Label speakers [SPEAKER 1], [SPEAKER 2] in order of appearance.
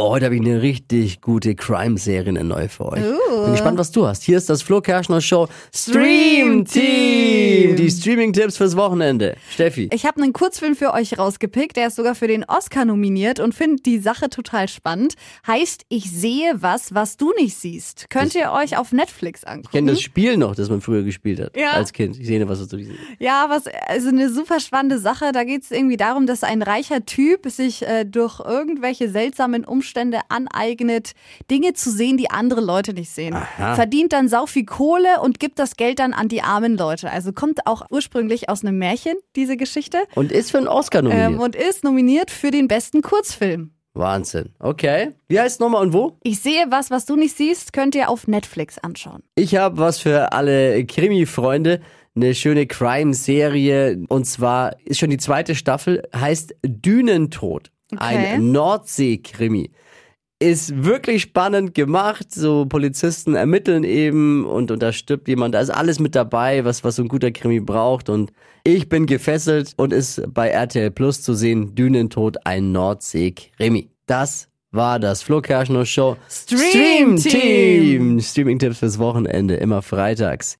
[SPEAKER 1] Oh, heute habe ich eine richtig gute Crime-Serie neu für euch. Bin gespannt, was du hast. Hier ist das Flo Kerschner Show Stream Team. Die Streaming-Tipps fürs Wochenende. Steffi.
[SPEAKER 2] Ich habe einen Kurzfilm für euch rausgepickt, der ist sogar für den Oscar nominiert und finde die Sache total spannend. Heißt, ich sehe was, was du nicht siehst. Könnt ihr euch auf Netflix
[SPEAKER 1] Ich kenne
[SPEAKER 2] angucken.
[SPEAKER 1] das Spiel noch, das man früher gespielt hat
[SPEAKER 2] Mhm. Ja.
[SPEAKER 1] als Kind. Ich sehe was du siehst.
[SPEAKER 2] Ja, was also eine super spannende Sache. Da geht es irgendwie darum, dass ein reicher Typ sich äh, durch irgendwelche seltsamen Umstände aneignet, Dinge zu sehen, die andere Leute nicht sehen. Verdient dann sau viel Kohle und gibt das Geld dann an die armen Leute. Also kommt auch ursprünglich aus einem Märchen diese Geschichte
[SPEAKER 1] Und ist für einen Oscar nominiert.
[SPEAKER 2] ähm, und ist nominiert für den besten Kurzfilm.
[SPEAKER 1] Wahnsinn. Okay. Wie heißt es nochmal und wo?
[SPEAKER 2] Ich sehe was, was du nicht siehst, könnt ihr auf Netflix anschauen.
[SPEAKER 1] Ich habe was für alle Krimi-Freunde. Eine schöne Crime-Serie. Und zwar ist schon die zweite Staffel, heißt Dünentod.
[SPEAKER 2] Okay.
[SPEAKER 1] Ein Nordsee-Krimi. Ist wirklich spannend gemacht. So Polizisten ermitteln eben und, und da stirbt jemand. Da ist alles mit dabei, was, was so ein guter Krimi braucht. Und ich bin gefesselt und ist bei RTL Plus zu sehen. Dünentod, ein Nordsee-Krimi. Das war das Flo Kerschner Show.
[SPEAKER 2] Stream Team.
[SPEAKER 1] Stream Streaming-Tipps fürs Wochenende, immer freitags.